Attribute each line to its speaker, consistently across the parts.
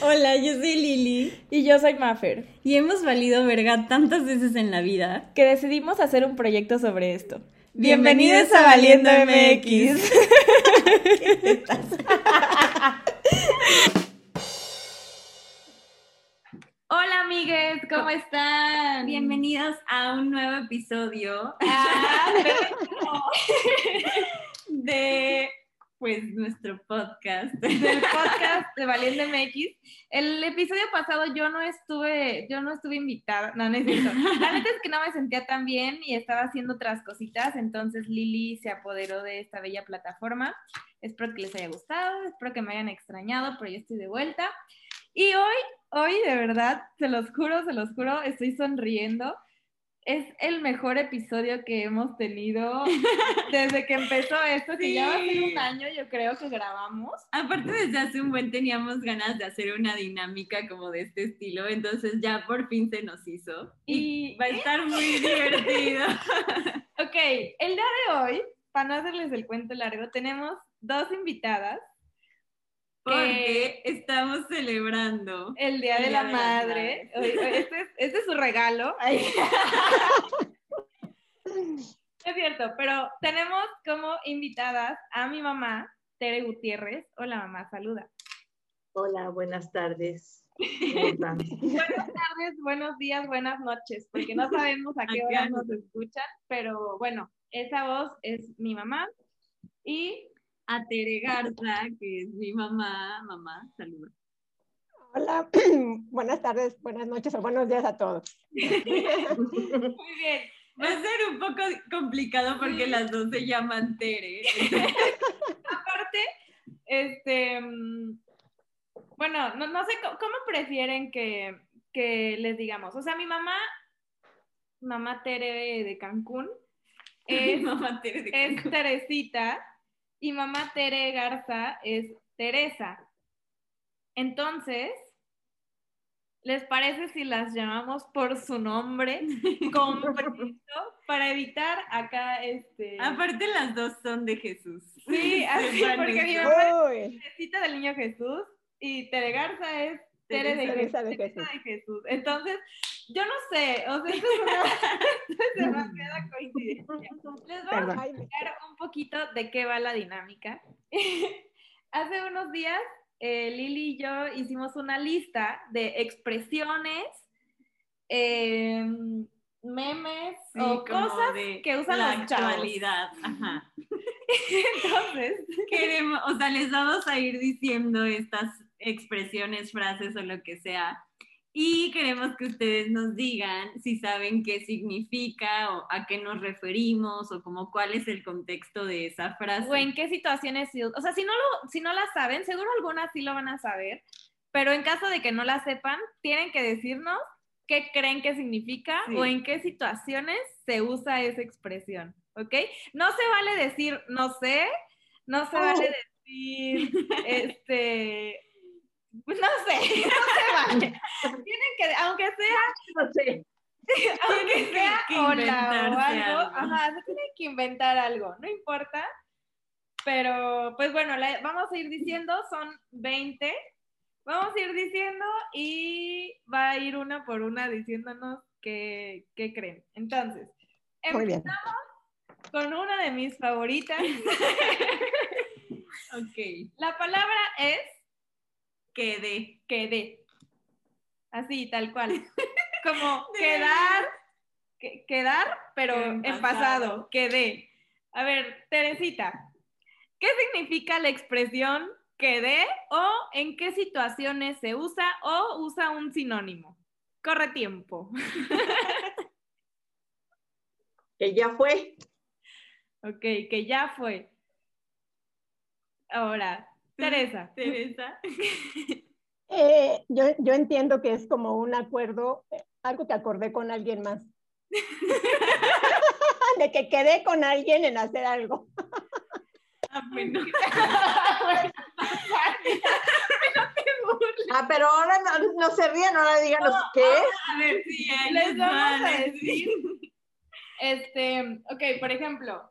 Speaker 1: Hola, yo soy Lili
Speaker 2: Y yo soy Maffer,
Speaker 1: y hemos valido verga tantas veces en la vida.
Speaker 2: que decidimos hacer un proyecto sobre esto.
Speaker 1: Bienvenidos a Valiendo MX.
Speaker 3: Hola amigues, ¿cómo están?
Speaker 1: Bienvenidos a un nuevo episodio
Speaker 3: Ah, de
Speaker 1: pues nuestro podcast.
Speaker 3: del podcast de Valiente MX. El episodio pasado yo no estuve, yo no estuve invitada, no, no es cierto. La neta es que no me sentía tan bien y estaba haciendo otras cositas, entonces Lili se apoderó de esta bella plataforma. Espero que les haya gustado, espero que me hayan extrañado, pero yo estoy de vuelta. Y hoy, hoy de verdad, se los juro, se los juro, estoy sonriendo. Es el mejor episodio que hemos tenido desde que empezó esto, que ya va a ser
Speaker 1: Sí.
Speaker 3: un año, yo creo que grabamos.
Speaker 1: Aparte, desde hace un buen teníamos ganas de hacer una dinámica como de este estilo, entonces ya por fin se nos hizo. Y
Speaker 3: Y,
Speaker 1: va a estar muy divertido.
Speaker 3: ok, el día de hoy, para no hacerles el cuento largo, tenemos dos invitadas
Speaker 1: Porque estamos celebrando.
Speaker 3: el Día de la Madre. Hoy- hoy- Este es, este es su regalo. Ay. Es cierto, pero tenemos como invitadas a mi mamá, Tere Gutiérrez. Hola mamá, saluda.
Speaker 4: Hola, buenas tardes. ¿Cómo están?
Speaker 3: tardes, buenos días, buenas noches, porque no sabemos a qué
Speaker 1: ¿A qué
Speaker 3: hora
Speaker 1: hora?
Speaker 3: nos escuchan, pero bueno, esa voz es mi mamá y
Speaker 1: A Tere Garza, que es mi mamá. Mamá, saludos.
Speaker 5: Hola, buenas tardes, buenas noches o buenos días a todos.
Speaker 3: muy bien.
Speaker 1: Va a ser un poco complicado porque las dos se llaman Tere.
Speaker 3: Aparte, este, mm, bueno, no, no sé co- cómo prefieren que, que les digamos. O sea, mi mamá, mamá Tere de Cancún,
Speaker 1: Es
Speaker 3: es,
Speaker 1: mamá Tere de
Speaker 3: es
Speaker 1: Cancún.
Speaker 3: Teresita y mamá Tere Garza es Teresa. Entonces, ¿les parece si las llamamos por su nombre completo para evitar acá este...
Speaker 1: Aparte, las dos son de Jesús.
Speaker 3: Sí, así,
Speaker 1: Sepan
Speaker 3: porque mi
Speaker 1: eso.
Speaker 3: mamá-
Speaker 5: Uy,
Speaker 3: Teresita del Niño Jesús y Tere Garza es Tere de,
Speaker 5: Teresa
Speaker 3: Jesús,
Speaker 5: de
Speaker 3: Teresa de Jesús. Entonces, yo no sé, o sea, esto es una, esto es demasiada coincidencia. Les vamos a
Speaker 4: Perdón.
Speaker 5: ay, me-
Speaker 3: explicar un poquito de qué va la dinámica. Hace unos días, eh, Lili y yo hicimos una lista de expresiones, eh, memes
Speaker 1: Sí,
Speaker 3: o
Speaker 1: como
Speaker 3: cosas.
Speaker 1: de
Speaker 3: que usan
Speaker 1: la
Speaker 3: los chavos.
Speaker 1: actualidad. Ajá.
Speaker 3: Entonces,
Speaker 1: Queremos, o sea, les vamos a ir diciendo estas expresiones, frases o lo que sea. Y queremos que ustedes nos digan si saben qué significa o a qué nos referimos o como cuál es el contexto de esa frase.
Speaker 3: o en qué situaciones, se- o sea, si no, lo, si no la saben, seguro algunas sí lo van a saber, pero en caso de que no la sepan, tienen que decirnos qué creen que significa
Speaker 1: Sí.
Speaker 3: o en qué situaciones se usa esa expresión, ¿ok? No se vale decir no sé, no se vale decir, este, pues, no sé, no se vale. Tienen que, aunque sea
Speaker 4: No sé.
Speaker 3: aunque
Speaker 1: Tienen que-
Speaker 3: sea
Speaker 1: que
Speaker 3: hola o
Speaker 1: inventarse
Speaker 3: algo,
Speaker 1: algo.
Speaker 3: ajá, se tiene que inventar algo, no importa. Pero, pues bueno, la- vamos a ir diciendo, son 20. Vamos a ir diciendo y va a ir una por una diciéndonos qué, qué creen. Entonces, em,
Speaker 5: muy bien.
Speaker 3: con una de mis favoritas,
Speaker 1: Ok.
Speaker 3: la palabra es
Speaker 1: Quedé.
Speaker 3: quedé. Así, tal cual. Como
Speaker 1: De
Speaker 3: quedar, que- quedar, pero
Speaker 1: Pero en
Speaker 3: en pasado.
Speaker 1: pasado.
Speaker 3: quedé. A ver, Teresita, ¿qué significa la expresión quedé o en qué situaciones se usa o usa un sinónimo? Corre tiempo,
Speaker 4: Que ya fue.
Speaker 3: ok, que ya fue. Ahora, Teresa.
Speaker 1: Teresa.
Speaker 5: Eh, yo, yo entiendo que es como un acuerdo, eh, algo que acordé con alguien más. De que quedé con alguien en hacer algo.
Speaker 1: Ah, bueno.
Speaker 4: Ah, pero ahora no, no se rían, ahora díganos qué es.
Speaker 1: A ver si ahí
Speaker 3: Les
Speaker 1: va,
Speaker 3: vamos a
Speaker 1: les-
Speaker 3: decir. Este, ok, por ejemplo,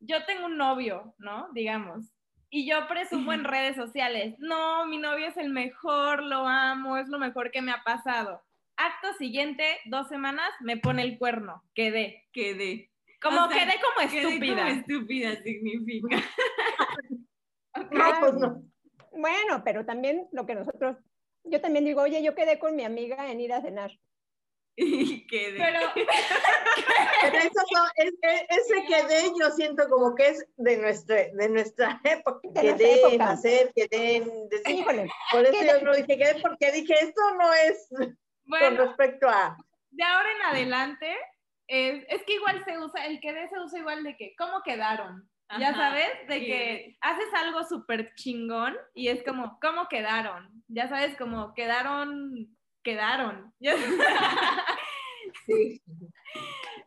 Speaker 3: yo tengo un novio, ¿no? Digamos. Y yo presumo en redes sociales, no, mi novio es el mejor, lo amo, es lo mejor que me ha pasado. Acto siguiente, dos semanas, me pone el cuerno, quedé.
Speaker 1: Quedé.
Speaker 3: Como
Speaker 1: O sea,
Speaker 3: quedé como
Speaker 1: Quedé como
Speaker 3: estúpida.
Speaker 1: estúpida significa.
Speaker 5: No,
Speaker 4: No, pues no.
Speaker 5: Bueno, pero también lo que nosotros, yo también digo, oye, yo quedé con mi amiga en ir a cenar.
Speaker 1: Y quedé.
Speaker 3: Pero
Speaker 4: Pero eso no, es- es- ese quedé yo siento como que es de nuestra, de nuestra época.
Speaker 5: De nuestra
Speaker 4: quedé en
Speaker 5: época.
Speaker 4: hacer, quedé en decir.
Speaker 5: Híjole,
Speaker 4: Por eso
Speaker 5: ¿Qué
Speaker 4: yo
Speaker 5: de-
Speaker 4: no dije quedé, porque dije, esto no es con
Speaker 3: bueno,
Speaker 4: respecto a...
Speaker 3: de ahora en adelante, es, es que igual se usa, el quedé se usa igual de que, ¿cómo quedaron? Ya
Speaker 1: Ajá.
Speaker 3: sabes, de
Speaker 1: sí.
Speaker 3: que haces algo súper chingón y es como, ¿cómo quedaron? Ya sabes, como quedaron, quedaron. Ya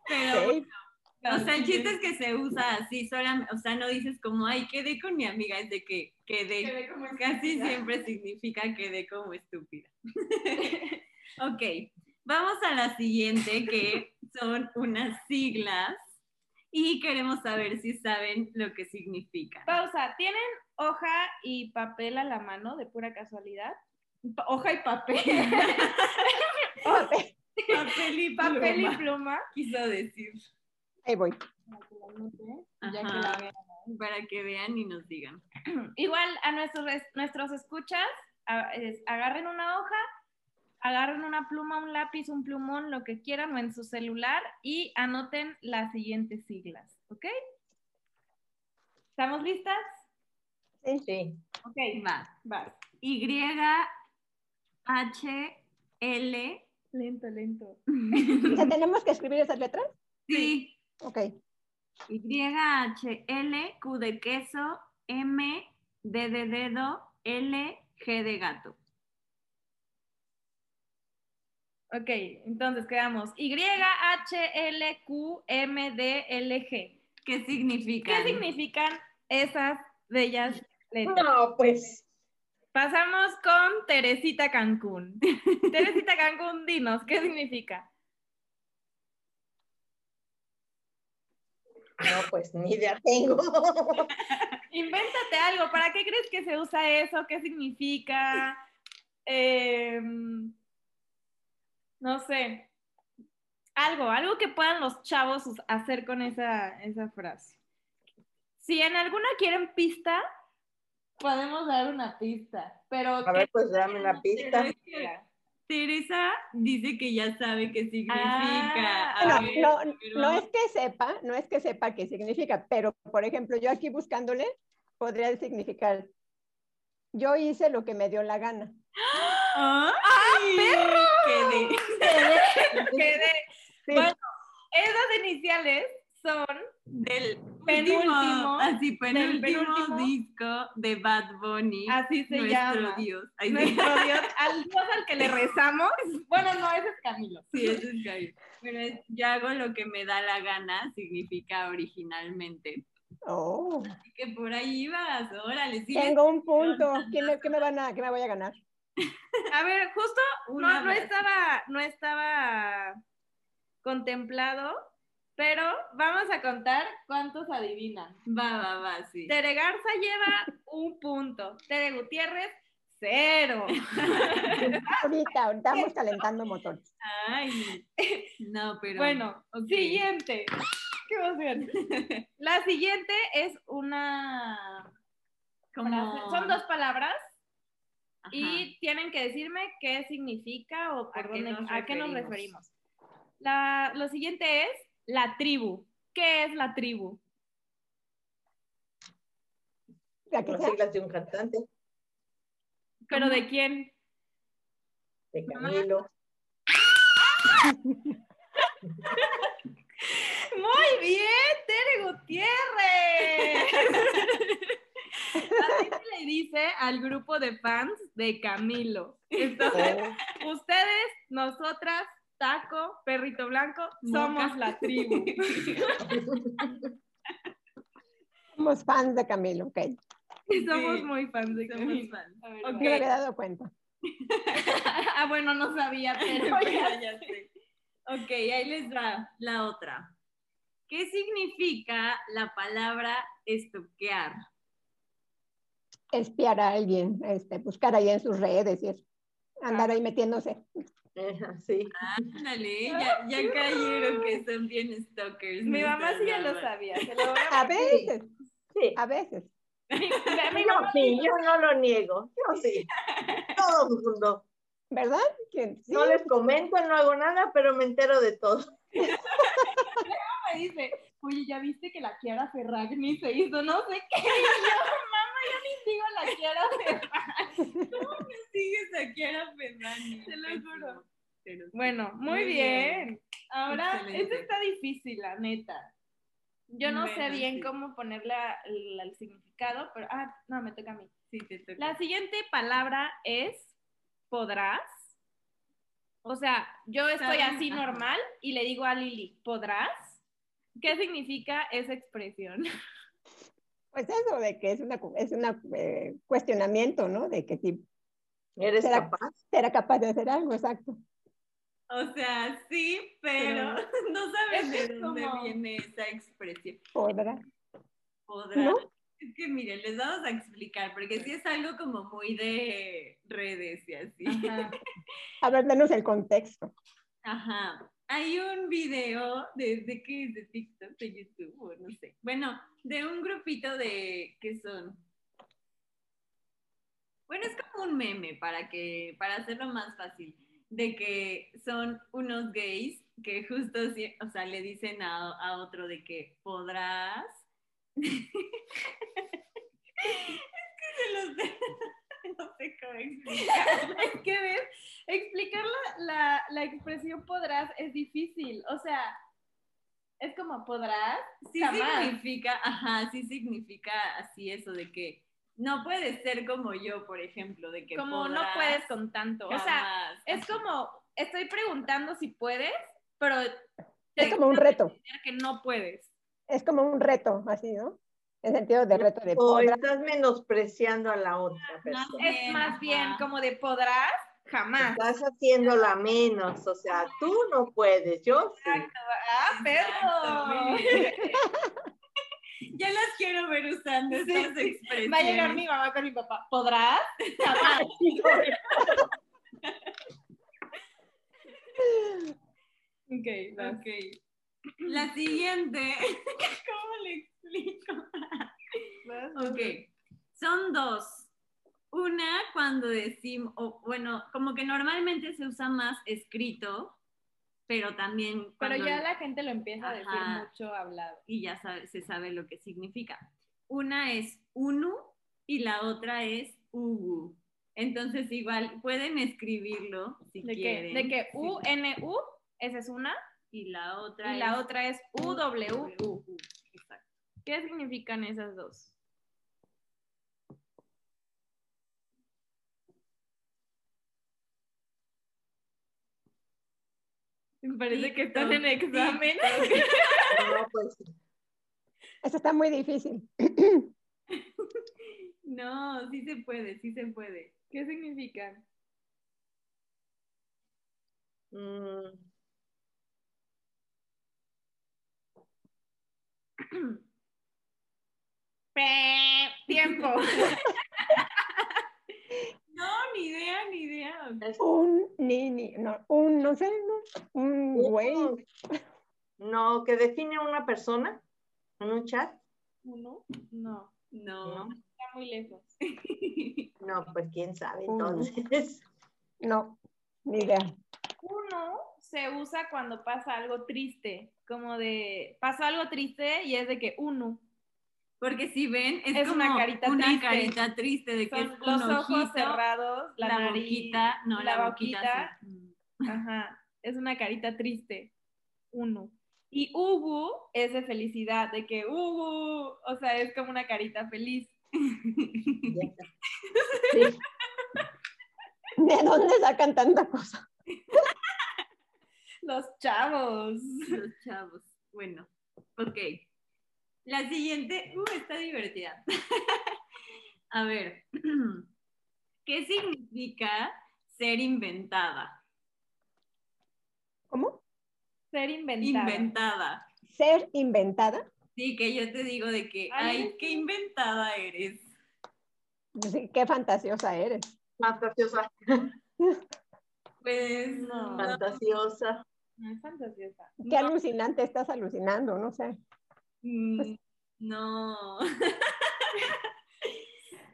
Speaker 1: Pero,
Speaker 5: ok.
Speaker 1: o sea, el chiste es que se usa así, solam- o sea, no dices como, ay, quedé con mi amiga, es de que quedé.
Speaker 3: Quedé como
Speaker 1: Casi
Speaker 3: estúpida.
Speaker 1: siempre significa quedé como estúpida. ok, vamos a la siguiente, que son unas siglas y queremos saber si saben lo que significan.
Speaker 3: Pausa, ¿tienen hoja y papel a la mano de pura casualidad? Pa- hoja y papel.
Speaker 5: Oh,
Speaker 1: Papel y
Speaker 3: papel y
Speaker 1: pluma,
Speaker 3: pluma.
Speaker 1: quiso decir.
Speaker 5: ahí voy.
Speaker 3: Ya que la
Speaker 1: Ajá.
Speaker 3: vean.
Speaker 1: Para que vean y nos digan.
Speaker 3: Igual a nuestros, es- nuestros escuchas, a- es- agarren una hoja, agarren una pluma, un lápiz, un plumón, lo que quieran o en su celular y anoten las siguientes siglas, ¿ok? ¿Estamos listas?
Speaker 4: Sí.
Speaker 3: Ok,
Speaker 1: Va.
Speaker 3: vas.
Speaker 1: Y, H, L.
Speaker 3: Lento, lento.
Speaker 5: O sea, ¿Tenemos que escribir esas letras?
Speaker 1: Sí.
Speaker 5: Ok.
Speaker 1: Y, H, L, Q de queso, M, D de dedo, L, G de gato.
Speaker 3: Ok, entonces quedamos Y, H, L, Q, M, D, L, G.
Speaker 1: ¿Qué significa?
Speaker 3: ¿Qué significan esas bellas letras?
Speaker 4: No, pues
Speaker 3: Pasamos con Teresita Cancún. Teresita Cancún, dinos, ¿qué significa?
Speaker 4: No, pues ni idea tengo.
Speaker 3: Invéntate algo, ¿para qué crees que se usa eso? ¿Qué significa? Em, no sé. Algo, algo que puedan los chavos us- hacer con esa, esa frase. Si en alguna quieren pista, podemos dar una pista, pero
Speaker 4: A ver, pues dame una pista.
Speaker 1: Teresa dice que ya sabe qué significa.
Speaker 3: Ah.
Speaker 1: A
Speaker 5: Bueno,
Speaker 1: ver,
Speaker 5: no,
Speaker 1: a ver,
Speaker 5: no
Speaker 1: vamos.
Speaker 5: es que sepa, no es que sepa qué significa, pero por ejemplo, yo aquí buscándole podría significar, yo hice lo que me dio la gana.
Speaker 1: ¡Ah, perro! Quedé.
Speaker 3: Quedé.
Speaker 4: Sí.
Speaker 3: Bueno, esas iniciales son
Speaker 1: Del ah,
Speaker 3: Penúltimo,
Speaker 1: último, así, penúltimo,
Speaker 3: penúltimo.
Speaker 1: disco de Bad Bunny.
Speaker 3: Así se
Speaker 1: nuestro
Speaker 3: llama.
Speaker 1: Dios. Ay, sí.
Speaker 3: Nuestro Dios, al Dios al que le rezamos. Bueno, no, ese es Camilo.
Speaker 1: Sí, eso es Gaby. Pero es, yo hago lo que me da la gana, significa originalmente.
Speaker 5: Oh,
Speaker 1: Así que por ahí vas, órale, sí.
Speaker 5: tengo un punto. ¿Qué me, qué me van a, qué me voy a ganar?
Speaker 3: A ver, justo no,
Speaker 1: Una
Speaker 3: no
Speaker 1: vez.
Speaker 3: estaba, no estaba contemplado, pero vamos a contar cuántos adivinan.
Speaker 1: Va, va, va, sí.
Speaker 3: Tere Garza lleva un punto, Tere Gutiérrez, cero.
Speaker 5: Ahorita, ahorita vamos calentando motores.
Speaker 1: Ay, no, pero.
Speaker 3: Bueno,
Speaker 1: ok.
Speaker 3: siguiente. Qué emoción. La siguiente es una... frase.
Speaker 1: como-
Speaker 3: Son dos palabras.
Speaker 1: Ajá.
Speaker 3: y tienen que decirme qué significa o por
Speaker 1: ¿A qué
Speaker 3: dónde-
Speaker 1: nos
Speaker 3: a qué nos
Speaker 1: referimos?
Speaker 3: referimos. La- lo siguiente es la tribu. ¿Qué es la tribu?
Speaker 5: La que
Speaker 4: Las
Speaker 5: sea.
Speaker 4: siglas de un cantante,
Speaker 3: ¿Pero de quién?
Speaker 4: de Camilo.
Speaker 3: ¡Muy bien, Tere Gutiérrez! Así se le dice al grupo de fans de Camilo. Entonces, Oh. ustedes, nosotras, Taco, Perrito Blanco, somos la tribu.
Speaker 5: Somos fans de Camilo, ok.
Speaker 3: Somos
Speaker 1: Sí,
Speaker 3: muy fans de
Speaker 1: somos
Speaker 3: Camilo.
Speaker 1: fans.
Speaker 3: A ver,
Speaker 5: No
Speaker 3: va.
Speaker 5: me había dado cuenta.
Speaker 3: ah, bueno, no sabía, pero
Speaker 1: Pero
Speaker 3: ya.
Speaker 1: ya sé. Ok, ahí les va la otra. ¿Qué significa la palabra estoquear?
Speaker 5: espiar a alguien, este, buscar ahí en sus redes y eso,
Speaker 1: Ah.
Speaker 5: andar ahí metiéndose.
Speaker 4: Ajá, Sí.
Speaker 1: Ándale, ¿eh? ya, ya cayeron que son bien stalkers.
Speaker 3: Mi
Speaker 1: nuestras
Speaker 3: mamá sí ya lo
Speaker 1: mamás.
Speaker 3: sabía. Se lo voy a
Speaker 5: A veces,
Speaker 4: Sí.
Speaker 5: a veces.
Speaker 3: a mi
Speaker 4: Yo
Speaker 3: mamá.
Speaker 4: sí, yo no lo niego. Yo sí. Todo el mundo.
Speaker 5: ¿Verdad? Que sí,
Speaker 4: No les comento, no hago nada, pero me entero de todo.
Speaker 3: me dice, oye, ¿ya viste que la Kiara Ferragni se hizo no sé qué? Y yo, mamá, yo ni sigo a la Kiara Ferragni.
Speaker 1: Sigues aquí a la Ferrani.
Speaker 3: Te lo
Speaker 1: Pésimo.
Speaker 3: juro.
Speaker 1: Pero sí.
Speaker 3: Bueno, muy
Speaker 1: Muy bien.
Speaker 3: bien. Ahora,
Speaker 1: Excelente.
Speaker 3: esto está difícil, la neta. Yo no sé
Speaker 1: Bueno,
Speaker 3: bien
Speaker 1: sí.
Speaker 3: cómo ponerle a- el, el significado, pero, ah, no, me toca a mí.
Speaker 1: Sí, te toca.
Speaker 3: La siguiente palabra es podrás. O sea, yo estoy
Speaker 1: Está bien,
Speaker 3: así
Speaker 1: ajá.
Speaker 3: normal y le digo a Lili, ¿podrás? ¿Qué significa esa expresión?
Speaker 5: pues eso, de que es un es una, eh, cuestionamiento, ¿no? De que si
Speaker 4: ¿Eres
Speaker 5: Será-
Speaker 4: capaz?
Speaker 5: será capaz de hacer algo, exacto.
Speaker 1: O sea, sí, pero no sabes
Speaker 3: Es que
Speaker 1: de
Speaker 3: es
Speaker 1: dónde
Speaker 3: como-
Speaker 1: viene esa expresión.
Speaker 5: Podrá.
Speaker 1: Podrá.
Speaker 5: ¿No?
Speaker 1: Es que miren, les vamos a explicar, porque sí es algo como muy de redes y así.
Speaker 5: A ver, danos el contexto.
Speaker 1: Ajá. Hay un video de, de qué es de TikTok, de YouTube, o no sé. Bueno, de un grupito de ¿qué son. Bueno, es como un meme para que, para hacerlo más fácil, de que son unos gays que justo, si- o sea, le dicen a, a otro de que podrás. es que se los no sé cómo explicarlo.
Speaker 3: Es que ves, explicar la, la- la expresión podrás es difícil. O sea, es como podrás.
Speaker 1: sí
Speaker 3: Jamás.
Speaker 1: significa, ajá, sí significa así eso de que no puedes ser como yo, por ejemplo, de que
Speaker 3: como no
Speaker 1: podrás,
Speaker 3: puedes con tanto. O sea,
Speaker 1: jamás.
Speaker 3: es como estoy preguntando si puedes, pero
Speaker 5: Es como un reto,
Speaker 3: decir que no puedes.
Speaker 5: es como un reto, así, ¿no? En sentido de reto de
Speaker 4: ¿O
Speaker 5: podrá.
Speaker 4: estás menospreciando a la otra persona?
Speaker 3: Es más
Speaker 1: ajá.
Speaker 3: bien como de podrás jamás.
Speaker 4: Estás haciéndola menos, o sea, tú no puedes, yo sí.
Speaker 3: Ah,
Speaker 1: Exacto,
Speaker 3: perro.
Speaker 1: miren. ya las quiero ver usando
Speaker 3: Sí,
Speaker 1: estas
Speaker 3: sí.
Speaker 1: expresiones.
Speaker 3: Va a llegar mi mamá con mi papá. ¿Podrás? Jamás. ok, vas.
Speaker 1: Ok. La siguiente, ¿cómo le explico? Ok, son dos. Una cuando decimos, o bueno, como que normalmente se usa más escrito, pero también
Speaker 3: Pero
Speaker 1: cuando-
Speaker 3: ya la gente lo empieza a decir
Speaker 1: Ajá.
Speaker 3: mucho hablado.
Speaker 1: y ya sabe- se sabe lo que significa. Una es unu y la otra es ugu. Entonces igual pueden escribirlo si
Speaker 3: De que,
Speaker 1: quieren.
Speaker 3: de que
Speaker 1: Sí.
Speaker 3: U-N-U, esa es una,
Speaker 1: y la otra
Speaker 3: y
Speaker 1: es
Speaker 3: la otra es U-W.
Speaker 1: UWU. Exacto.
Speaker 3: ¿Qué significan esas dos? Me parece que están en examen.
Speaker 4: No, pues,
Speaker 5: Eso está muy difícil.
Speaker 1: No, sí se puede, sí se puede.
Speaker 3: ¿Qué significan?
Speaker 4: mm,
Speaker 3: Tiempo.
Speaker 1: No, ni idea, ni idea.
Speaker 4: es-
Speaker 5: Un nini, no, un, no sé, ¿no? un güey.
Speaker 4: No, que define a una persona en un chat.
Speaker 3: ¿Uno? No,
Speaker 1: No.
Speaker 3: está muy lejos.
Speaker 4: No, pues quién sabe
Speaker 5: Uno.
Speaker 4: entonces.
Speaker 5: No, ni idea.
Speaker 3: Uno se usa cuando pasa algo triste, como de pasó algo triste y es de que uno.
Speaker 1: Porque si ven, es,
Speaker 3: Es
Speaker 1: como
Speaker 3: una carita
Speaker 1: una
Speaker 3: triste.
Speaker 1: carita triste de que
Speaker 3: Son
Speaker 1: es
Speaker 3: los
Speaker 1: un
Speaker 3: ojos
Speaker 1: ojito,
Speaker 3: cerrados, la,
Speaker 1: la,
Speaker 3: nariz,
Speaker 1: boquita, no, la,
Speaker 3: la
Speaker 1: boquita.
Speaker 3: boquita.
Speaker 1: sí.
Speaker 3: Ajá, es una carita triste. Uno. Y ubu es de felicidad, de que ubu, o sea, es como una carita feliz.
Speaker 4: Ya.
Speaker 5: ¿De dónde sacan tanta cosa?
Speaker 3: Los chavos.
Speaker 1: Los chavos. Bueno, ok. La siguiente, uh, está divertida. A ver, ¿qué significa ser inventada?
Speaker 5: ¿Cómo?
Speaker 3: Ser inventada.
Speaker 1: Inventada.
Speaker 5: Ser inventada.
Speaker 1: Sí, que yo te digo de que,
Speaker 3: Ay,
Speaker 1: ay, qué inventada eres.
Speaker 5: Sí, Qué fantasiosa eres.
Speaker 4: Fantasiosa,
Speaker 1: Pues no.
Speaker 4: fantasiosa.
Speaker 3: No es fantasiosa.
Speaker 5: Qué alucinante, estás alucinando, no sé.
Speaker 1: Mm, No.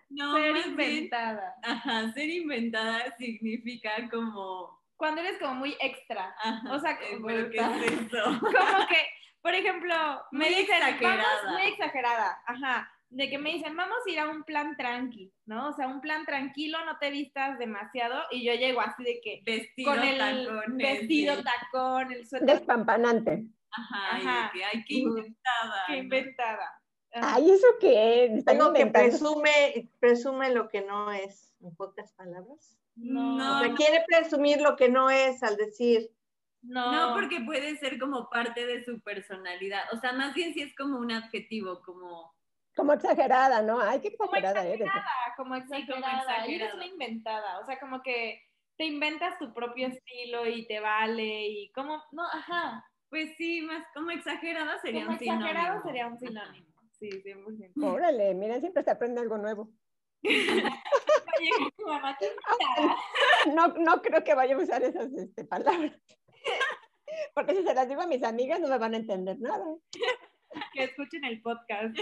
Speaker 1: no,
Speaker 3: Ser
Speaker 1: más bien,
Speaker 3: inventada.
Speaker 1: ajá, ser inventada significa como.
Speaker 3: Cuando eres como muy extra.
Speaker 1: ajá,
Speaker 3: O sea,
Speaker 1: eh,
Speaker 3: como,
Speaker 1: pero ¿qué es eso?
Speaker 3: como que, por ejemplo, me
Speaker 1: Muy
Speaker 3: dicen,
Speaker 1: exagerada.
Speaker 3: vamos, muy exagerada, ajá, de que me dicen, vamos a ir a un plan tranqui, ¿no? O sea, un plan tranquilo, no te vistas demasiado, y yo llego así de que
Speaker 1: Vestido,
Speaker 3: con el
Speaker 1: tacones,
Speaker 3: vestido,
Speaker 1: sí.
Speaker 3: tacón, el suéter,
Speaker 5: Despampanante.
Speaker 1: Ajá, y
Speaker 3: Ajá.
Speaker 1: de que, ay, qué inventada.
Speaker 3: que
Speaker 1: ¿no?
Speaker 3: inventada. Ajá.
Speaker 5: Ay, ¿eso qué? es? Están
Speaker 4: Tengo que
Speaker 5: inventando.
Speaker 4: presume, presume lo que no es, en pocas palabras.
Speaker 1: No,
Speaker 4: O sea,
Speaker 1: no.
Speaker 4: quiere presumir lo que no es al decir,
Speaker 3: no,
Speaker 1: No, porque puede ser como parte de su personalidad. O sea, más bien si es como un adjetivo, como.
Speaker 5: Como exagerada, ¿no? Ay, qué
Speaker 3: Como
Speaker 5: exagerada eres. ¿eh?
Speaker 3: Ah, como exagerada, eres
Speaker 1: exagerada.
Speaker 3: una inventada, o sea, como que te inventas tu propio estilo y te vale, y como, no, ajá,
Speaker 1: Pues sí, más como exagerada sería
Speaker 3: como
Speaker 1: un sinónimo.
Speaker 3: exagerado sería un sinónimo. Sí, 100%.
Speaker 5: Órale, miren, siempre se aprende algo nuevo.
Speaker 3: Oye, mi mamá te
Speaker 5: No, no creo que vaya a usar esas este, palabras. Porque si se las digo a mis amigas no me van a entender nada.
Speaker 3: que escuchen el podcast.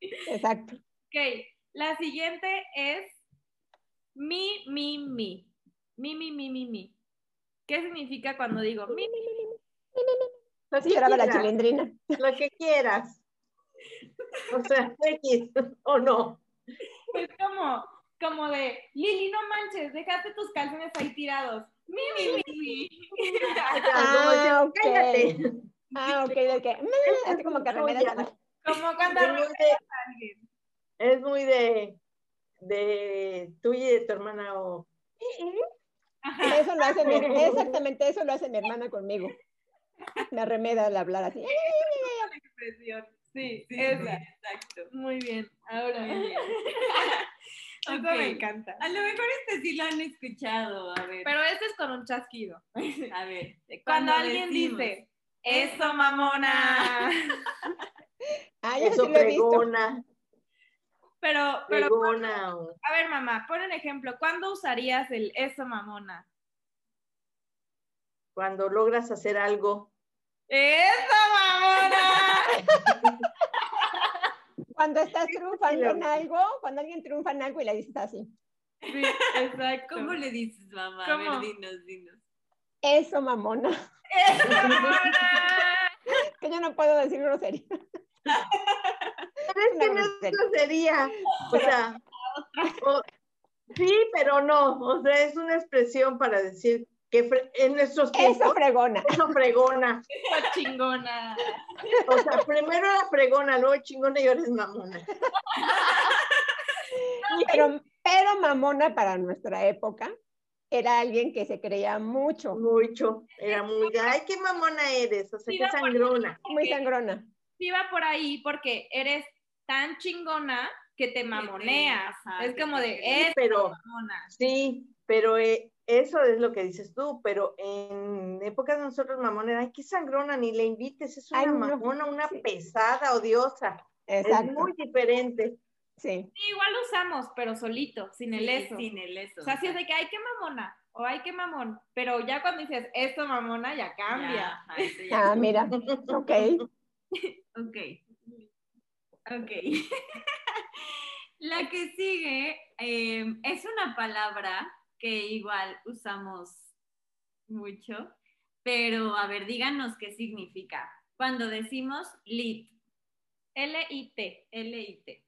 Speaker 5: Exacto.
Speaker 3: ok, la siguiente es mi, mi, mi. Mi, mi, mi, mi, mi. ¿Qué significa cuando digo mi, mi, mi, mi?
Speaker 4: lo
Speaker 5: Así
Speaker 4: que
Speaker 5: lloraba la
Speaker 4: quieras,
Speaker 5: chilindrina.
Speaker 4: lo que quieras. O sea, X, o no.
Speaker 3: Es como, como de, Lili, no manches, dejaste tus calzones ahí tirados. Mi, mi, mi, mi.
Speaker 4: O sea,
Speaker 5: Ah,
Speaker 4: como que,
Speaker 5: ok.
Speaker 4: cállate.
Speaker 5: Ah, ok, de que, "Mm", así como que remeda.
Speaker 4: Tuya.
Speaker 3: Como cuando
Speaker 4: Es muy
Speaker 3: arrollas
Speaker 4: de-
Speaker 3: a alguien.
Speaker 4: es muy de, de tuya y de tu hermana o
Speaker 5: Eso lo hace mi, exactamente eso lo hace mi hermana conmigo. Me remeda al hablar así.
Speaker 3: La expresión. Sí,
Speaker 1: Sí, sí,
Speaker 3: esa.
Speaker 1: exacto.
Speaker 3: Muy bien, ahora
Speaker 1: Muy bien.
Speaker 3: Eso
Speaker 1: Ok.
Speaker 3: me encanta.
Speaker 1: A lo mejor este sí lo han escuchado. A ver,
Speaker 3: Pero este es con un chasquido.
Speaker 1: a ver.
Speaker 3: Cuando alguien
Speaker 1: decimos,
Speaker 3: dice, eso mamona.
Speaker 5: Ay,
Speaker 4: eso
Speaker 5: eso Ah, sí lo he visto.
Speaker 4: pregona,
Speaker 3: Pero, pero,
Speaker 4: pregona o
Speaker 3: a ver, mamá, pon un ejemplo. ¿Cuándo usarías el eso mamona?
Speaker 4: cuando logras hacer algo.
Speaker 3: ¡Eso mamona!
Speaker 5: Cuando estás triunfando
Speaker 4: lo
Speaker 5: en algo, cuando alguien triunfa en algo y le dices así,
Speaker 3: Sí, exacto.
Speaker 1: ¿Cómo le dices, mamá? A ver,
Speaker 3: ¿Cómo?
Speaker 1: dinos, dinos.
Speaker 5: eso mamona,
Speaker 3: ¡Eso mamona!
Speaker 5: que yo no puedo decir grosería.
Speaker 4: Pero es que no es
Speaker 5: grosería.
Speaker 4: grosería. O sea, o- sí, pero no. O sea, es una expresión para decir que fre- en nuestros
Speaker 5: Eso
Speaker 4: tiempos
Speaker 5: fregona.
Speaker 4: eso fregona.
Speaker 3: Esa chingona.
Speaker 4: O sea, primero la fregona, luego chingona y ahora es mamona.
Speaker 5: Pero, pero mamona para nuestra época era alguien que se creía mucho,
Speaker 4: Mucho. Era muy, ay, qué mamona eres. O sea, qué sangrona.
Speaker 5: muy sangrona.
Speaker 3: Sí va por ahí porque eres tan chingona que te mamoneas.
Speaker 1: ajá,
Speaker 3: es
Speaker 1: que
Speaker 3: como
Speaker 1: te
Speaker 3: de,
Speaker 1: crees.
Speaker 3: eso
Speaker 4: Pero
Speaker 3: mamona.
Speaker 4: Sí, pero eh, eso es lo que dices tú, pero en épocas de nosotros, mamón, era, ay, qué sangrona, ni le invites, es una
Speaker 5: Ay, no.
Speaker 4: mamona, una
Speaker 5: Sí.
Speaker 4: pesada, odiosa. Es
Speaker 5: Exacto.
Speaker 4: muy diferente.
Speaker 5: Sí.
Speaker 3: Sí, igual lo usamos, pero solito, sin el
Speaker 1: Sí,
Speaker 3: eso.
Speaker 1: Sin el eso.
Speaker 3: O sea, si es de que, ay, qué mamona, o ay, qué mamón. Pero ya cuando dices, esto mamona, ya cambia.
Speaker 1: Ya, ajá, eso ya.
Speaker 5: Ah, mira. Ok.
Speaker 1: Ok. Ok. La que sigue eh, es una palabra que igual usamos mucho, pero a ver, díganos qué significa. Cuando decimos lit,
Speaker 3: L-I-T.
Speaker 1: L-I-T.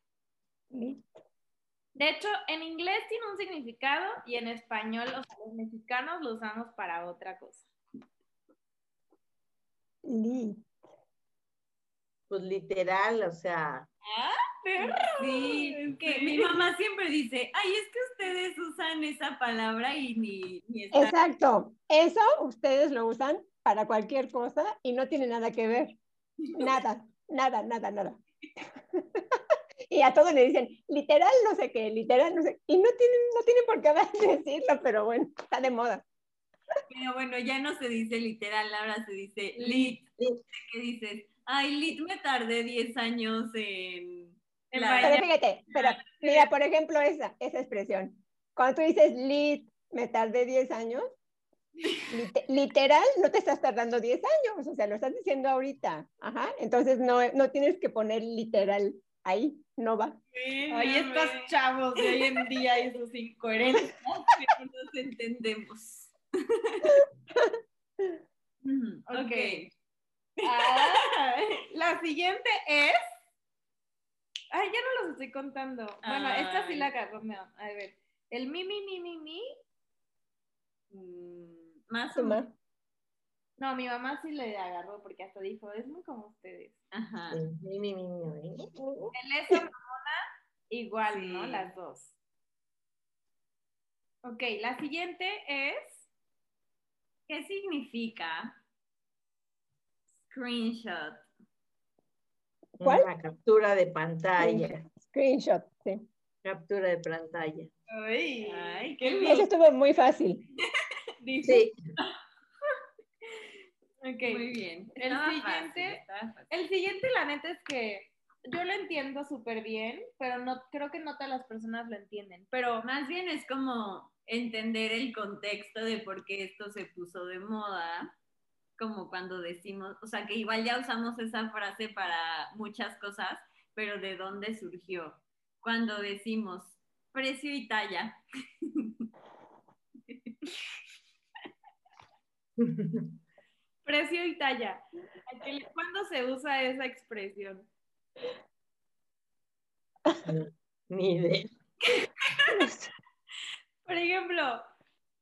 Speaker 3: De hecho, en inglés tiene un significado y en español, o sea, los mexicanos lo usamos para otra cosa.
Speaker 5: Li-
Speaker 4: Pues literal, o sea,
Speaker 1: Sí, que mi mamá siempre dice, ay, es que ustedes usan esa palabra y ni, ni está-
Speaker 5: Exacto. Eso ustedes lo usan para cualquier cosa y no tiene nada que ver. Nada, nada, nada, nada. Y a todos le dicen, literal no sé qué, literal no sé. Y no tienen, no tienen por qué decirlo, pero bueno, está de moda.
Speaker 1: Pero bueno, ya no se dice literal, ahora se dice lit.
Speaker 4: Lit.
Speaker 1: Que dices, ay, lit, me tardé 10 años en, En
Speaker 5: Pero
Speaker 1: Vaya.
Speaker 5: fíjate, pero mira, por ejemplo, esa, esa expresión. Cuando tú dices lit, me tardé 10 años, lit- literal, no te estás tardando 10 años, o sea, lo estás diciendo ahorita. Ajá, entonces no, no tienes que poner literal ahí, no va.
Speaker 3: Oye, estos
Speaker 1: Bueno,
Speaker 3: chavos de hoy en día y sus incoherencias.
Speaker 1: pero nos entendemos. Ujú, ok.
Speaker 3: Ah, la siguiente es. Ay, ya no los estoy contando. Bueno, esta sí
Speaker 1: Ay.
Speaker 3: la cagó. no, A ver. El mi, mi, mi, mi, mi.
Speaker 1: Mm, Más o menos.
Speaker 5: Suma.
Speaker 3: No, mi mamá sí le agarró porque hasta dijo, es muy como ustedes.
Speaker 1: Ajá.
Speaker 4: pues, Mi, mi, mi, mi, mi.
Speaker 3: El eso mamona, igual,
Speaker 1: Sí.
Speaker 3: ¿no? Las dos. Ok, la siguiente es.
Speaker 1: ¿Qué significa screenshot?
Speaker 5: ¿Cuál?
Speaker 4: Una captura de pantalla.
Speaker 5: Screenshot, sí.
Speaker 4: Captura de pantalla.
Speaker 3: Ay,
Speaker 1: Ay,
Speaker 3: qué
Speaker 5: Eso estuvo muy fácil.
Speaker 4: Sí,
Speaker 3: Ok.
Speaker 1: Muy bien.
Speaker 3: El
Speaker 1: Estaba
Speaker 3: siguiente-
Speaker 1: fácil, estaba fácil.
Speaker 3: El siguiente, la neta, es que yo lo entiendo súper bien, pero no creo que no todas las personas lo entienden. Pero
Speaker 1: Más bien es como entender el contexto de por qué esto se puso de moda, como cuando decimos, o sea, que igual ya usamos esa frase para muchas cosas, pero de dónde surgió. Cuando decimos precio y talla.
Speaker 3: precio y talla. ¿a qué le- ¿Cuándo se usa esa expresión?
Speaker 4: ni idea.
Speaker 3: Por ejemplo,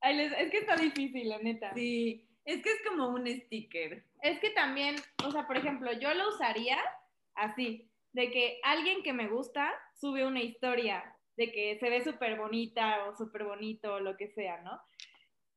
Speaker 3: ay, les- es que está difícil, la neta.
Speaker 1: Sí, es que es como un sticker.
Speaker 3: Es que también, o sea, por ejemplo, yo lo usaría así, de que alguien que me gusta sube una historia de que se ve súper bonita o súper bonito o lo que sea, ¿no?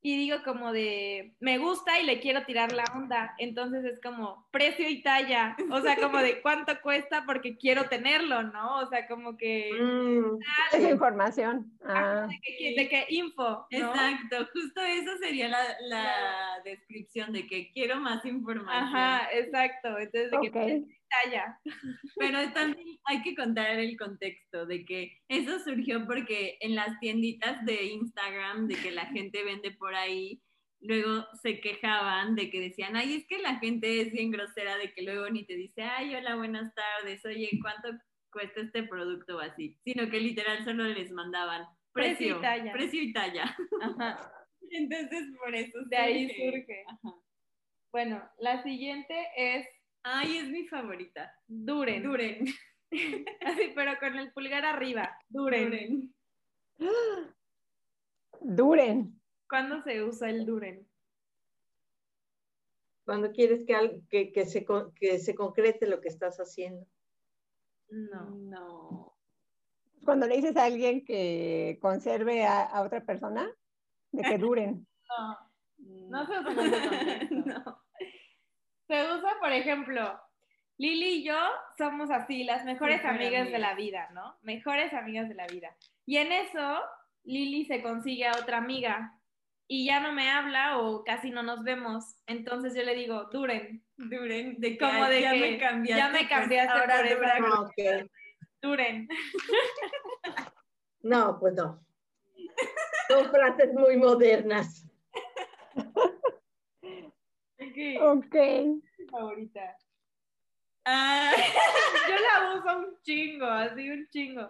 Speaker 3: Y digo como de, me gusta y le quiero tirar la onda, entonces es como precio y talla, o sea, como de cuánto cuesta porque quiero tenerlo, ¿no? O sea, como que,
Speaker 4: Mm,
Speaker 5: Esa información. Ah,
Speaker 3: de que, de que info, ¿no?
Speaker 1: Exacto, justo eso sería la, la descripción de que quiero más información.
Speaker 3: Ajá, exacto, entonces de que
Speaker 5: ok.
Speaker 3: precio y talla.
Speaker 1: Pero también hay que contar el contexto de que eso surgió porque en las tienditas de Instagram, de que la gente vende por ahí, luego se quejaban de que decían, ay, es que la gente es bien grosera, de que luego ni te dice, ay, hola, buenas tardes, oye, ¿cuánto cuesta este producto o así? Sino que literal solo les mandaban
Speaker 3: Precio y
Speaker 1: precio,
Speaker 3: talla.
Speaker 1: precio y talla.
Speaker 3: Ajá.
Speaker 1: Entonces, por eso
Speaker 3: De ahí
Speaker 1: surge.
Speaker 3: surge. Bueno, la siguiente es
Speaker 1: Ay, es mi favorita.
Speaker 3: duren.
Speaker 1: Duren.
Speaker 3: Así, pero con el pulgar arriba. Duren.
Speaker 1: Duren.
Speaker 5: Duren.
Speaker 3: ¿Cuándo se usa el duren?
Speaker 4: Cuando quieres que, al- que, que se, con- que se concrete lo que estás haciendo.
Speaker 3: No.
Speaker 1: No.
Speaker 5: Cuando le dices a alguien que conserve a, a otra persona, de que duren.
Speaker 3: No, no se usa en ese contexto.
Speaker 1: No.
Speaker 3: Se usa, por ejemplo, Lili y yo somos así, las mejores
Speaker 1: Súper
Speaker 3: amigas de
Speaker 1: amigas.
Speaker 3: la vida, ¿no? Mejores amigas de la vida. Y en eso, Lili se consigue a otra amiga y ya no me habla o casi no nos vemos. Entonces yo le digo, duren,
Speaker 1: Duren, de que,
Speaker 3: Como
Speaker 1: ay,
Speaker 3: de
Speaker 1: ya
Speaker 3: que
Speaker 1: me cambiaste.
Speaker 3: ya me
Speaker 1: pues,
Speaker 3: cambiaste
Speaker 1: ahora
Speaker 3: por
Speaker 1: dura-
Speaker 3: esa-
Speaker 4: Ah, ok.
Speaker 3: duren.
Speaker 4: No, pues no. Son frases muy modernas.
Speaker 3: Ok,
Speaker 5: Ok.
Speaker 3: mi favorita.
Speaker 1: Ah,
Speaker 3: Yo la uso un chingo, así un chingo.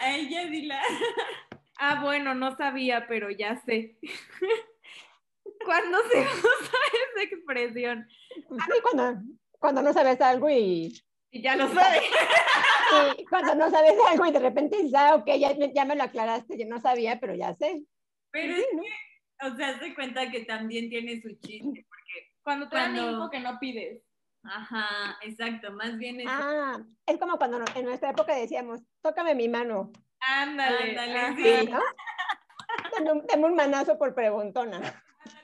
Speaker 1: a ella dila.
Speaker 3: Ah, bueno, no sabía, pero ya sé. ¿Cuándo se usa esa expresión?
Speaker 5: Pues sí, cuando, cuando no sabes algo y
Speaker 3: Y ya lo sabes.
Speaker 5: Sí, cuando no sabes algo y de repente dices, ah, ok, ya, me- ya me lo aclaraste, yo no sabía, pero ya sé.
Speaker 1: Pero,
Speaker 5: Sí, ¿no?
Speaker 1: o sea, se cuenta que también tiene su chiste.
Speaker 3: Cuando te dan
Speaker 1: Cuando-
Speaker 3: info que no pides.
Speaker 1: Ajá, exacto. Más bien es.
Speaker 5: Ah, es como cuando no- en nuestra época decíamos, tócame mi mano,
Speaker 3: Ándale.
Speaker 1: Ándale,
Speaker 3: ajá.
Speaker 1: sí.
Speaker 5: ¿no? Dame un, dame un manazo por preguntona.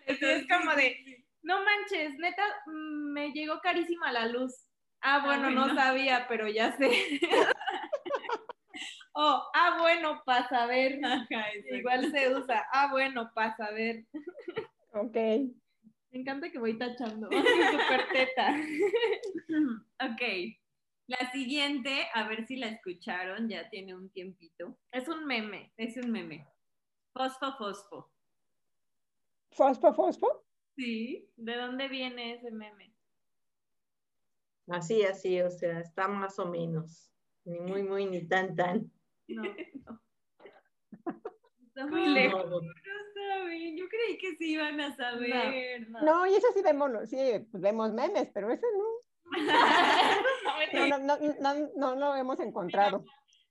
Speaker 3: Sí, es como de, no manches, neta, mm, me llegó carísima la luz. Ah, bueno, no
Speaker 1: bueno.
Speaker 3: sabía, pero ya sé. oh, ah, bueno, para saber.
Speaker 1: Ajá, Ah, exacto.
Speaker 3: Igual se usa. Ah, bueno, para saber.
Speaker 5: Ok.
Speaker 3: Me encanta que voy tachando. Súper teta.
Speaker 1: Ok. La siguiente, a ver si la escucharon, ya tiene un tiempito.
Speaker 3: Es un meme.
Speaker 1: Es un meme. Fosfo, fosfo.
Speaker 5: Fosfo, fosfo.
Speaker 1: Sí.
Speaker 3: ¿De dónde viene ese meme?
Speaker 4: Así, así, o sea, está más o menos. Ni muy, muy, ni tan, tan.
Speaker 3: No,
Speaker 1: Está
Speaker 3: muy lejos.
Speaker 4: No,
Speaker 1: No saben, yo creí que sí iban a saber.
Speaker 5: No, y eso sí vemos, lo- sí, pues vemos memes, pero ese no, no, no, no, no, no lo hemos encontrado.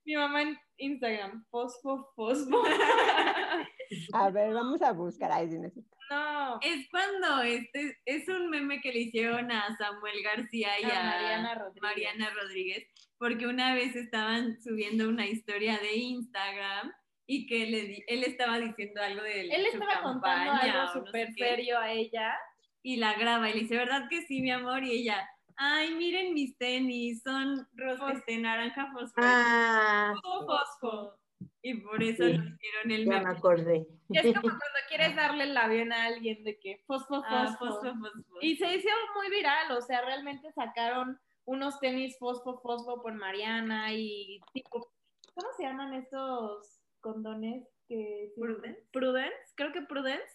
Speaker 3: Mi mamá en Instagram, fosfo, fosfo.
Speaker 5: A ver, vamos a buscar. Ay, sí, necesito.
Speaker 3: no.
Speaker 1: Es cuando este es un meme que le hicieron a Samuel García y a,
Speaker 3: A Mariana Rodríguez.
Speaker 1: Mariana Rodríguez, porque una vez estaban subiendo una historia de Instagram y que le di- él estaba diciendo algo de
Speaker 3: Él
Speaker 1: su
Speaker 3: estaba contando
Speaker 1: campaña
Speaker 3: algo
Speaker 1: o no sé
Speaker 3: súper
Speaker 1: qué,
Speaker 3: serio a ella.
Speaker 1: y la graba y le dice, ¿verdad que sí, mi amor? Y ella, ay, miren mis tenis, son rosa, este, naranja fosforescente,
Speaker 4: Ah,
Speaker 1: fosfo. Y por eso
Speaker 4: Sí.
Speaker 1: lo hicieron el
Speaker 4: ya me
Speaker 1: meme.
Speaker 4: acordé.
Speaker 3: Es como cuando quieres darle el avión a alguien de que fosfo,
Speaker 1: Ah,
Speaker 3: fosfo.
Speaker 1: fosfo, fosfo.
Speaker 3: Y se hizo muy viral, o sea, realmente sacaron unos tenis fosfo, fosfo por Mariana y tipo, ¿cómo se llaman estos condones? Que,
Speaker 1: ¿Prudence?
Speaker 3: Prudence, creo que Prudence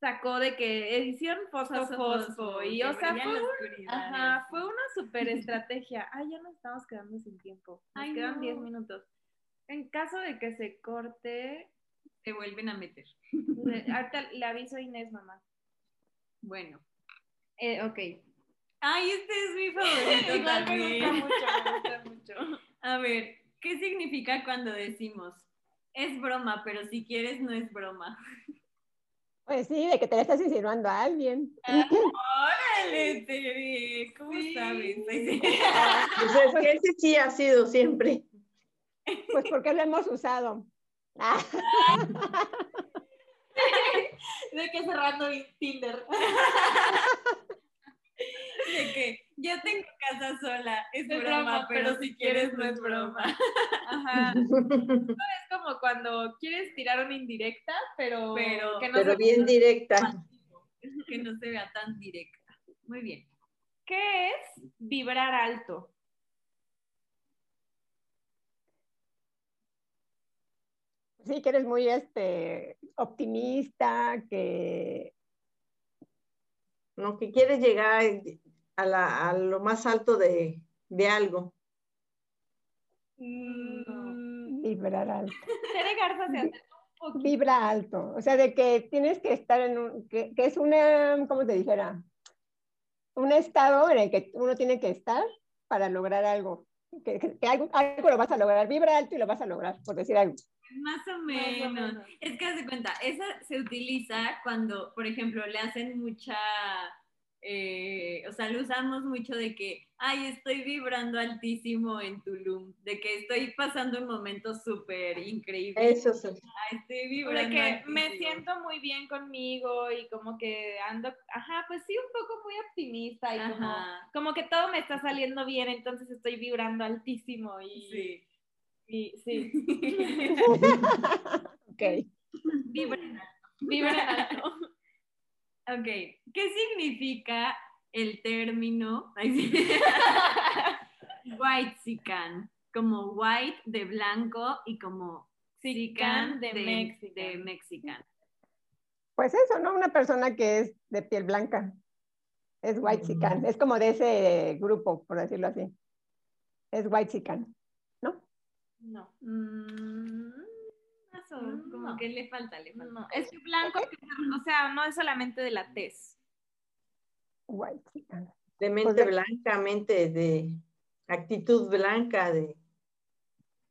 Speaker 3: sacó de que edición fosfo, fosfo, y o sea, fue, un- ajá, fue una super estrategia. Ay, ya nos estamos quedando sin tiempo, nos
Speaker 1: Ay,
Speaker 3: quedan
Speaker 1: no.
Speaker 3: 10 minutos. En caso de que se corte,
Speaker 1: Te vuelven a meter.
Speaker 3: le- ahorita le aviso a Inés, mamá.
Speaker 1: Bueno.
Speaker 3: Eh, ok.
Speaker 1: Ay, este es mi favorito
Speaker 3: Igual me gusta
Speaker 1: también.
Speaker 3: mucho, me gusta mucho.
Speaker 1: A ver, ¿qué significa cuando decimos es broma, pero si quieres no es broma?
Speaker 5: Pues sí, de que te le estás insinuando a alguien.
Speaker 1: ¡Órale, Tere! ¿Cómo
Speaker 3: Sí.
Speaker 1: sabes?
Speaker 4: Pues es que ese sí ha sido siempre.
Speaker 5: Pues porque lo hemos usado. Ah,
Speaker 3: De que cerrando Tinder.
Speaker 1: De que ya tengo casa sola,
Speaker 3: Es
Speaker 1: es, broma,
Speaker 3: broma,
Speaker 1: pero,
Speaker 3: pero
Speaker 1: si quieres no es broma.
Speaker 3: Ajá. Es como cuando quieres tirar una indirecta, pero,
Speaker 1: Pero-
Speaker 3: que no
Speaker 4: Pero
Speaker 3: se-
Speaker 4: bien directa.
Speaker 1: Que no se vea tan directa. Muy bien.
Speaker 3: ¿Qué es vibrar alto?
Speaker 5: sí, que eres muy este, optimista, que
Speaker 4: No, que quieres llegar a, la- a lo más alto de, de algo.
Speaker 3: Mm,
Speaker 5: vibrar alto.
Speaker 3: Tere Garza se acerca un poquito.
Speaker 5: Vibra alto. O sea, de que tienes que estar en un. que, que es una. ¿Cómo te dijera? Un estado en el que uno tiene que estar para lograr algo. Que, que- que algo, algo lo vas a lograr. Vibra alto y lo vas a lograr, por decir algo.
Speaker 1: Más o
Speaker 3: más o
Speaker 1: menos.
Speaker 3: menos.
Speaker 1: Es que haz de cuenta, esa se utiliza cuando, por ejemplo, le hacen mucha, eh, o sea, lo usamos mucho de que, ay, estoy vibrando altísimo en Tulum, de que estoy pasando un momento súper increíble,
Speaker 4: Eso sí.
Speaker 1: ay, estoy
Speaker 3: O de
Speaker 1: vibrando.
Speaker 3: que me
Speaker 1: altísimo".
Speaker 3: siento muy bien conmigo y como que ando, ajá, pues sí, un poco muy optimista y como,
Speaker 1: Ajá,
Speaker 3: como que todo me está saliendo bien, entonces estoy vibrando altísimo y
Speaker 1: sí.
Speaker 3: y- sí.
Speaker 5: Ok.
Speaker 1: Vibran.
Speaker 3: vibran alto.
Speaker 1: Ok, ¿qué significa el término ay, sí. white sican? Como white de blanco y como
Speaker 3: Sican de mexican.
Speaker 1: de mexican.
Speaker 5: Pues eso, ¿no? Una persona que es de piel blanca. Es white sican. Es como de ese grupo, por decirlo así. Es white sican.
Speaker 3: No.
Speaker 1: Mm, eso, como
Speaker 3: No.
Speaker 1: que le falta, le falta.
Speaker 3: No, es que blanco, o sea, no es solamente de la tez.
Speaker 5: White sican.
Speaker 4: De mente blanca, mente de actitud blanca, de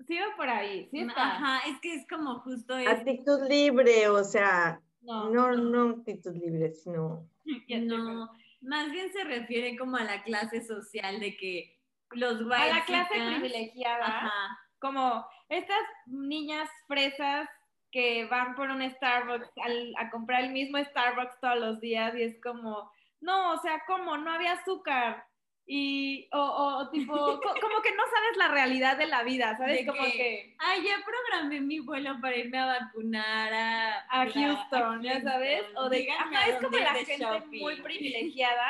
Speaker 3: Sí va por ahí, sí está.
Speaker 1: Ajá, es que es como justo eso.
Speaker 4: actitud libre, o sea,
Speaker 3: No,
Speaker 4: Ah, no, no actitud libre, sino
Speaker 3: ya sé.
Speaker 1: No, más bien se refiere como a la clase social de que los
Speaker 3: A
Speaker 1: white
Speaker 3: la clase
Speaker 1: chicans-
Speaker 3: privilegiada,
Speaker 1: Ajá,
Speaker 3: como estas niñas fresas que van por un Starbucks al- a comprar el mismo Starbucks todos los días y es como, no, o sea, ¿cómo? No había azúcar. Y, o, o tipo, co- como que no sabes la realidad de la vida, ¿sabes?
Speaker 1: De
Speaker 3: como
Speaker 1: que-
Speaker 3: que
Speaker 1: Ay, ya programé mi vuelo para irme a vacunar a,
Speaker 3: a
Speaker 1: la-
Speaker 3: Houston,
Speaker 1: a
Speaker 3: ya sabes,
Speaker 1: Houston.
Speaker 3: o de
Speaker 1: Díganme
Speaker 3: ajá,
Speaker 1: a
Speaker 3: es
Speaker 1: dónde
Speaker 3: como
Speaker 1: ir
Speaker 3: la
Speaker 1: de
Speaker 3: gente
Speaker 1: shopping.
Speaker 3: muy privilegiada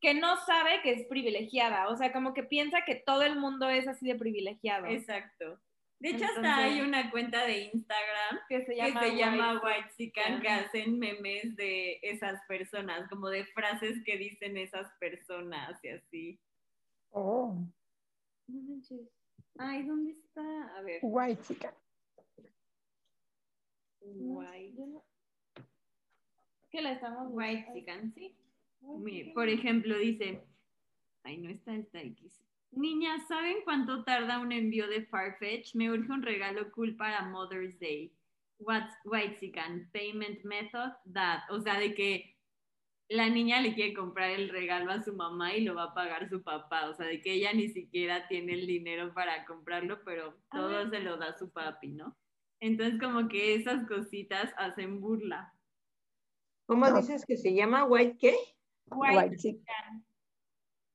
Speaker 3: que no sabe que es privilegiada, o sea, como que piensa que todo el mundo es así de privilegiado,
Speaker 1: Exacto. De hecho,
Speaker 3: Entonces-
Speaker 1: hasta hay una cuenta de Instagram
Speaker 3: que se
Speaker 1: que
Speaker 3: llama,
Speaker 1: se llama
Speaker 3: white.
Speaker 1: Whitezican, que
Speaker 3: Ajá.
Speaker 1: hacen memes de esas personas, como de frases que dicen esas personas y así.
Speaker 5: Oh,
Speaker 1: No manches. Ay, ¿dónde está? A ver,
Speaker 5: guay, chica.
Speaker 1: White.
Speaker 3: Yo no- Que la estamos
Speaker 1: Whitezican, sí. Mire,
Speaker 3: Whitezican.
Speaker 1: por ejemplo, dice, ay, no está esta X. Niñas, ¿saben cuánto tarda un envío de Farfetch? Me urge un regalo cool para Mother's Day. What's Whitezican? Payment method that. O sea, de que la niña le quiere comprar el regalo a su mamá y lo va a pagar su papá. O sea, de que ella ni siquiera tiene el dinero para comprarlo, pero
Speaker 3: A
Speaker 1: todo
Speaker 3: ver.
Speaker 1: se lo da su papi, ¿no? Entonces, como que esas cositas hacen burla.
Speaker 4: ¿Cómo
Speaker 5: No.
Speaker 4: dices que se llama? ¿White qué?
Speaker 5: Guay, chica.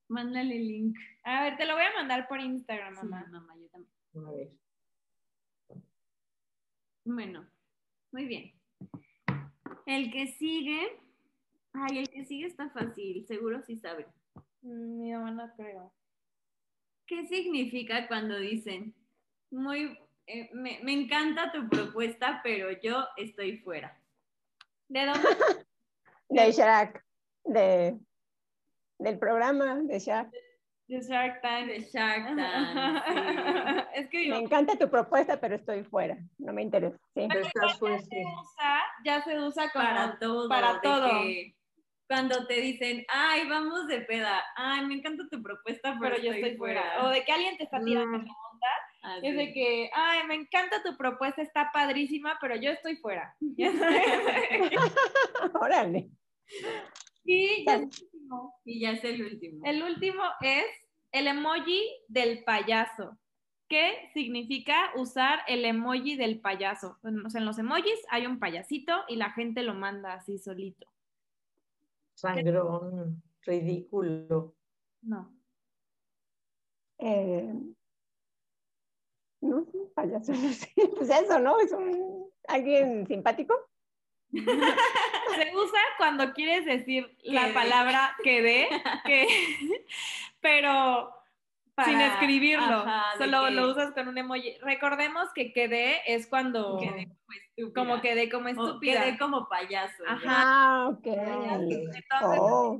Speaker 1: Mándale el link.
Speaker 3: A ver, te lo voy a mandar por Instagram,
Speaker 1: Sí,
Speaker 3: mamá.
Speaker 1: mamá, yo también.
Speaker 4: A ver.
Speaker 1: Bueno, muy bien. El que sigue. Ay, el que sigue está fácil, seguro sí saben.
Speaker 3: Mm, Mi mamá no creo.
Speaker 1: ¿Qué significa cuando dicen, muy, eh, me, me encanta tu propuesta, pero yo estoy fuera?
Speaker 3: ¿De dónde?
Speaker 5: De Shaq. De, del programa de Shaq.
Speaker 3: De Shark Tank.
Speaker 1: De Shark Tank, sí.
Speaker 3: es que
Speaker 5: Me
Speaker 3: digo,
Speaker 5: encanta tu propuesta, pero estoy fuera. No me interesa. Sí.
Speaker 4: Pero estás fuerte.
Speaker 3: se usa, ya se usa como...
Speaker 1: Para todo.
Speaker 3: para
Speaker 1: de
Speaker 3: todo.
Speaker 1: que cuando te dicen, ay, vamos de peda. Ay, me encanta tu propuesta, pero,
Speaker 3: pero yo estoy fuera. O de que alguien te está tirando.
Speaker 4: Mm.
Speaker 1: Ah,
Speaker 3: Es de
Speaker 1: sí.
Speaker 3: que, ay, me encanta tu propuesta, está padrísima, pero yo estoy fuera. Ya sabes.
Speaker 5: Órale.
Speaker 3: y ya es el último.
Speaker 1: Y ya es el último.
Speaker 3: El último es el emoji del payaso. ¿Qué significa usar el emoji del payaso? O sea, en los emojis hay un payasito y la gente lo manda así solito.
Speaker 4: Sangrón, ridículo.
Speaker 3: No.
Speaker 5: Eh, no sé, payaso, no sé. Pues eso, ¿no? Es un, alguien simpático.
Speaker 3: Se usa cuando quieres decir
Speaker 1: Quedé.
Speaker 3: la palabra quedé, que, pero
Speaker 1: Para-
Speaker 3: sin escribirlo.
Speaker 1: ajá, de
Speaker 3: solo
Speaker 1: que-
Speaker 3: lo usas con un emoji. Recordemos que quedé es cuando
Speaker 1: Quedé como Pues, estúpida.
Speaker 3: como quedé como
Speaker 1: O
Speaker 3: estúpida.
Speaker 1: quedé como payaso.
Speaker 3: Ajá.
Speaker 1: ¿verdad?
Speaker 5: Ah, ok.
Speaker 3: Entonces,
Speaker 5: Oh,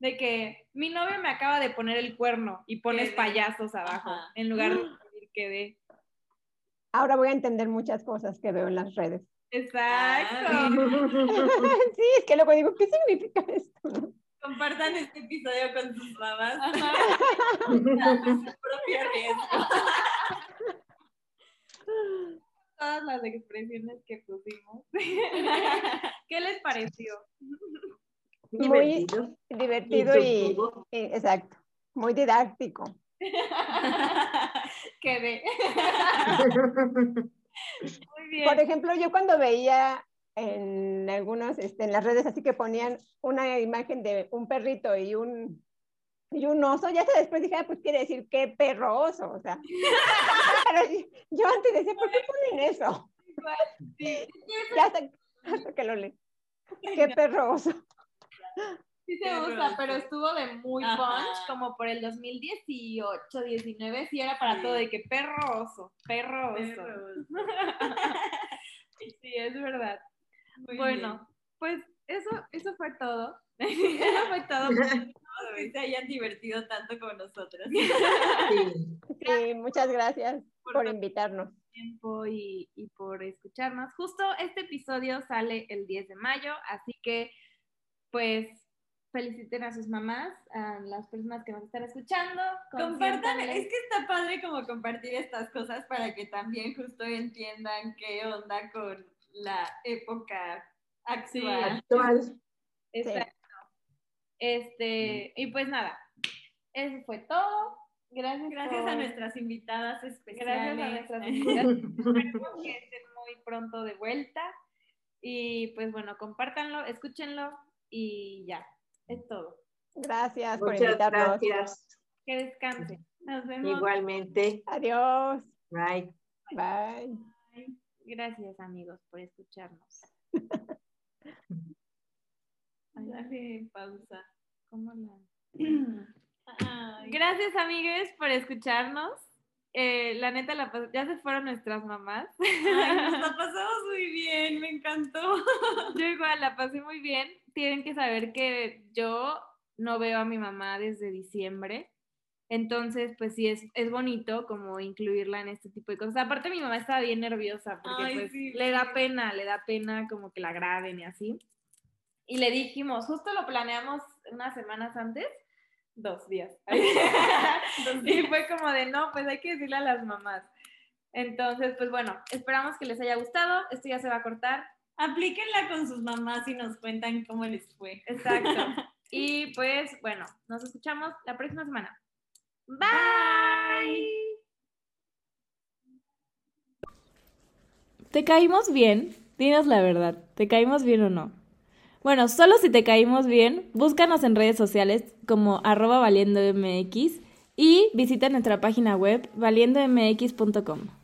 Speaker 3: de que mi novio me acaba de poner el cuerno y pones
Speaker 1: Quedé.
Speaker 3: payasos abajo
Speaker 1: Ajá.
Speaker 3: en lugar de decir quedé.
Speaker 5: ahora voy a entender muchas cosas que veo en las redes.
Speaker 3: Ah. Exacto.
Speaker 4: eh.
Speaker 5: sí, es que luego digo, ¿qué significa esto? no?
Speaker 1: Compartan este episodio con sus mamás
Speaker 3: Ajá.
Speaker 1: a su propio riesgo.
Speaker 3: Todas las expresiones que pusimos. ¿Qué les pareció?
Speaker 5: Muy
Speaker 4: Divertido.
Speaker 5: divertido y,
Speaker 4: instructivo.
Speaker 5: y- exacto, muy didáctico.
Speaker 3: Quedé. Muy bien.
Speaker 5: Por ejemplo, yo cuando veía en algunos, este, en las redes así que ponían una imagen de un perrito y un y un oso, ya hasta después dije, ah, pues quiere decir qué perro oso, o sea. Pero yo- yo antes decía, ¿por qué ponen eso? Ya hasta, hasta que lo leí. Qué perro oso.
Speaker 3: Sí se
Speaker 1: Qué
Speaker 3: usa,
Speaker 1: raro.
Speaker 3: pero estuvo de muy
Speaker 1: Ajá.
Speaker 3: punch, como por el 2018, 19, sí era para
Speaker 1: Sí.
Speaker 3: todo de que perro oso, perro oso. Sí, es verdad.
Speaker 1: Muy
Speaker 3: bueno, pues eso, eso fue todo. eso fue todo.
Speaker 1: Espero que se hayan divertido tanto como nosotros.
Speaker 4: Sí.
Speaker 5: Sí, muchas gracias por invitarnos.
Speaker 3: tiempo y, y por escucharnos. Justo este episodio sale el 10 de mayo, así que pues feliciten a sus mamás, a las personas que nos están escuchando.
Speaker 1: Compartan,
Speaker 3: consiéntanle-
Speaker 1: es que está padre como compartir estas cosas para que también justo entiendan qué onda con la época actual.
Speaker 4: Actual.
Speaker 3: Exacto. Este, y pues nada, eso fue todo. Gracias,
Speaker 1: Gracias
Speaker 3: por-
Speaker 1: a nuestras invitadas especiales.
Speaker 3: gracias a nuestras invitadas. Esperemos que estén muy pronto de vuelta. Y pues bueno, compártanlo, escúchenlo y ya, es todo.
Speaker 5: Gracias por
Speaker 4: Muchas
Speaker 5: invitarnos.
Speaker 4: gracias.
Speaker 3: Que descansen. Nos vemos.
Speaker 4: Igualmente.
Speaker 5: Adiós.
Speaker 4: Bye.
Speaker 5: Bye.
Speaker 3: Gracias amigos por escucharnos.
Speaker 1: Dale pausa.
Speaker 3: ¿Cómo la- Gracias, amigues, por escucharnos. Eh, la neta, la pas- ya se fueron nuestras mamás.
Speaker 1: Ay, nos la pasamos muy bien, me encantó.
Speaker 3: Yo igual la pasé muy bien. Tienen que saber que yo no veo a mi mamá desde diciembre. Entonces, pues sí, es, es bonito como incluirla en este tipo de cosas. Aparte, mi mamá estaba bien nerviosa porque
Speaker 1: Ay,
Speaker 3: pues,
Speaker 1: sí,
Speaker 3: le da
Speaker 1: sí.
Speaker 3: pena, le da pena como que la graben y así. Y le dijimos, justo lo planeamos unas semanas antes, dos días. y fue como de, no, pues hay que decirle a las mamás. Entonces, pues bueno, esperamos que les haya gustado. Esto ya se va a cortar.
Speaker 1: Aplíquenla con sus mamás y nos cuentan cómo les fue.
Speaker 3: Exacto. Y pues bueno, nos escuchamos la próxima semana. Bye.
Speaker 2: ¿Te caímos bien? Dinos la verdad, ¿te caímos bien o no? Bueno, solo si te caímos bien, búscanos en redes sociales como arroba valiendomx y visita nuestra página web valiendomx.com.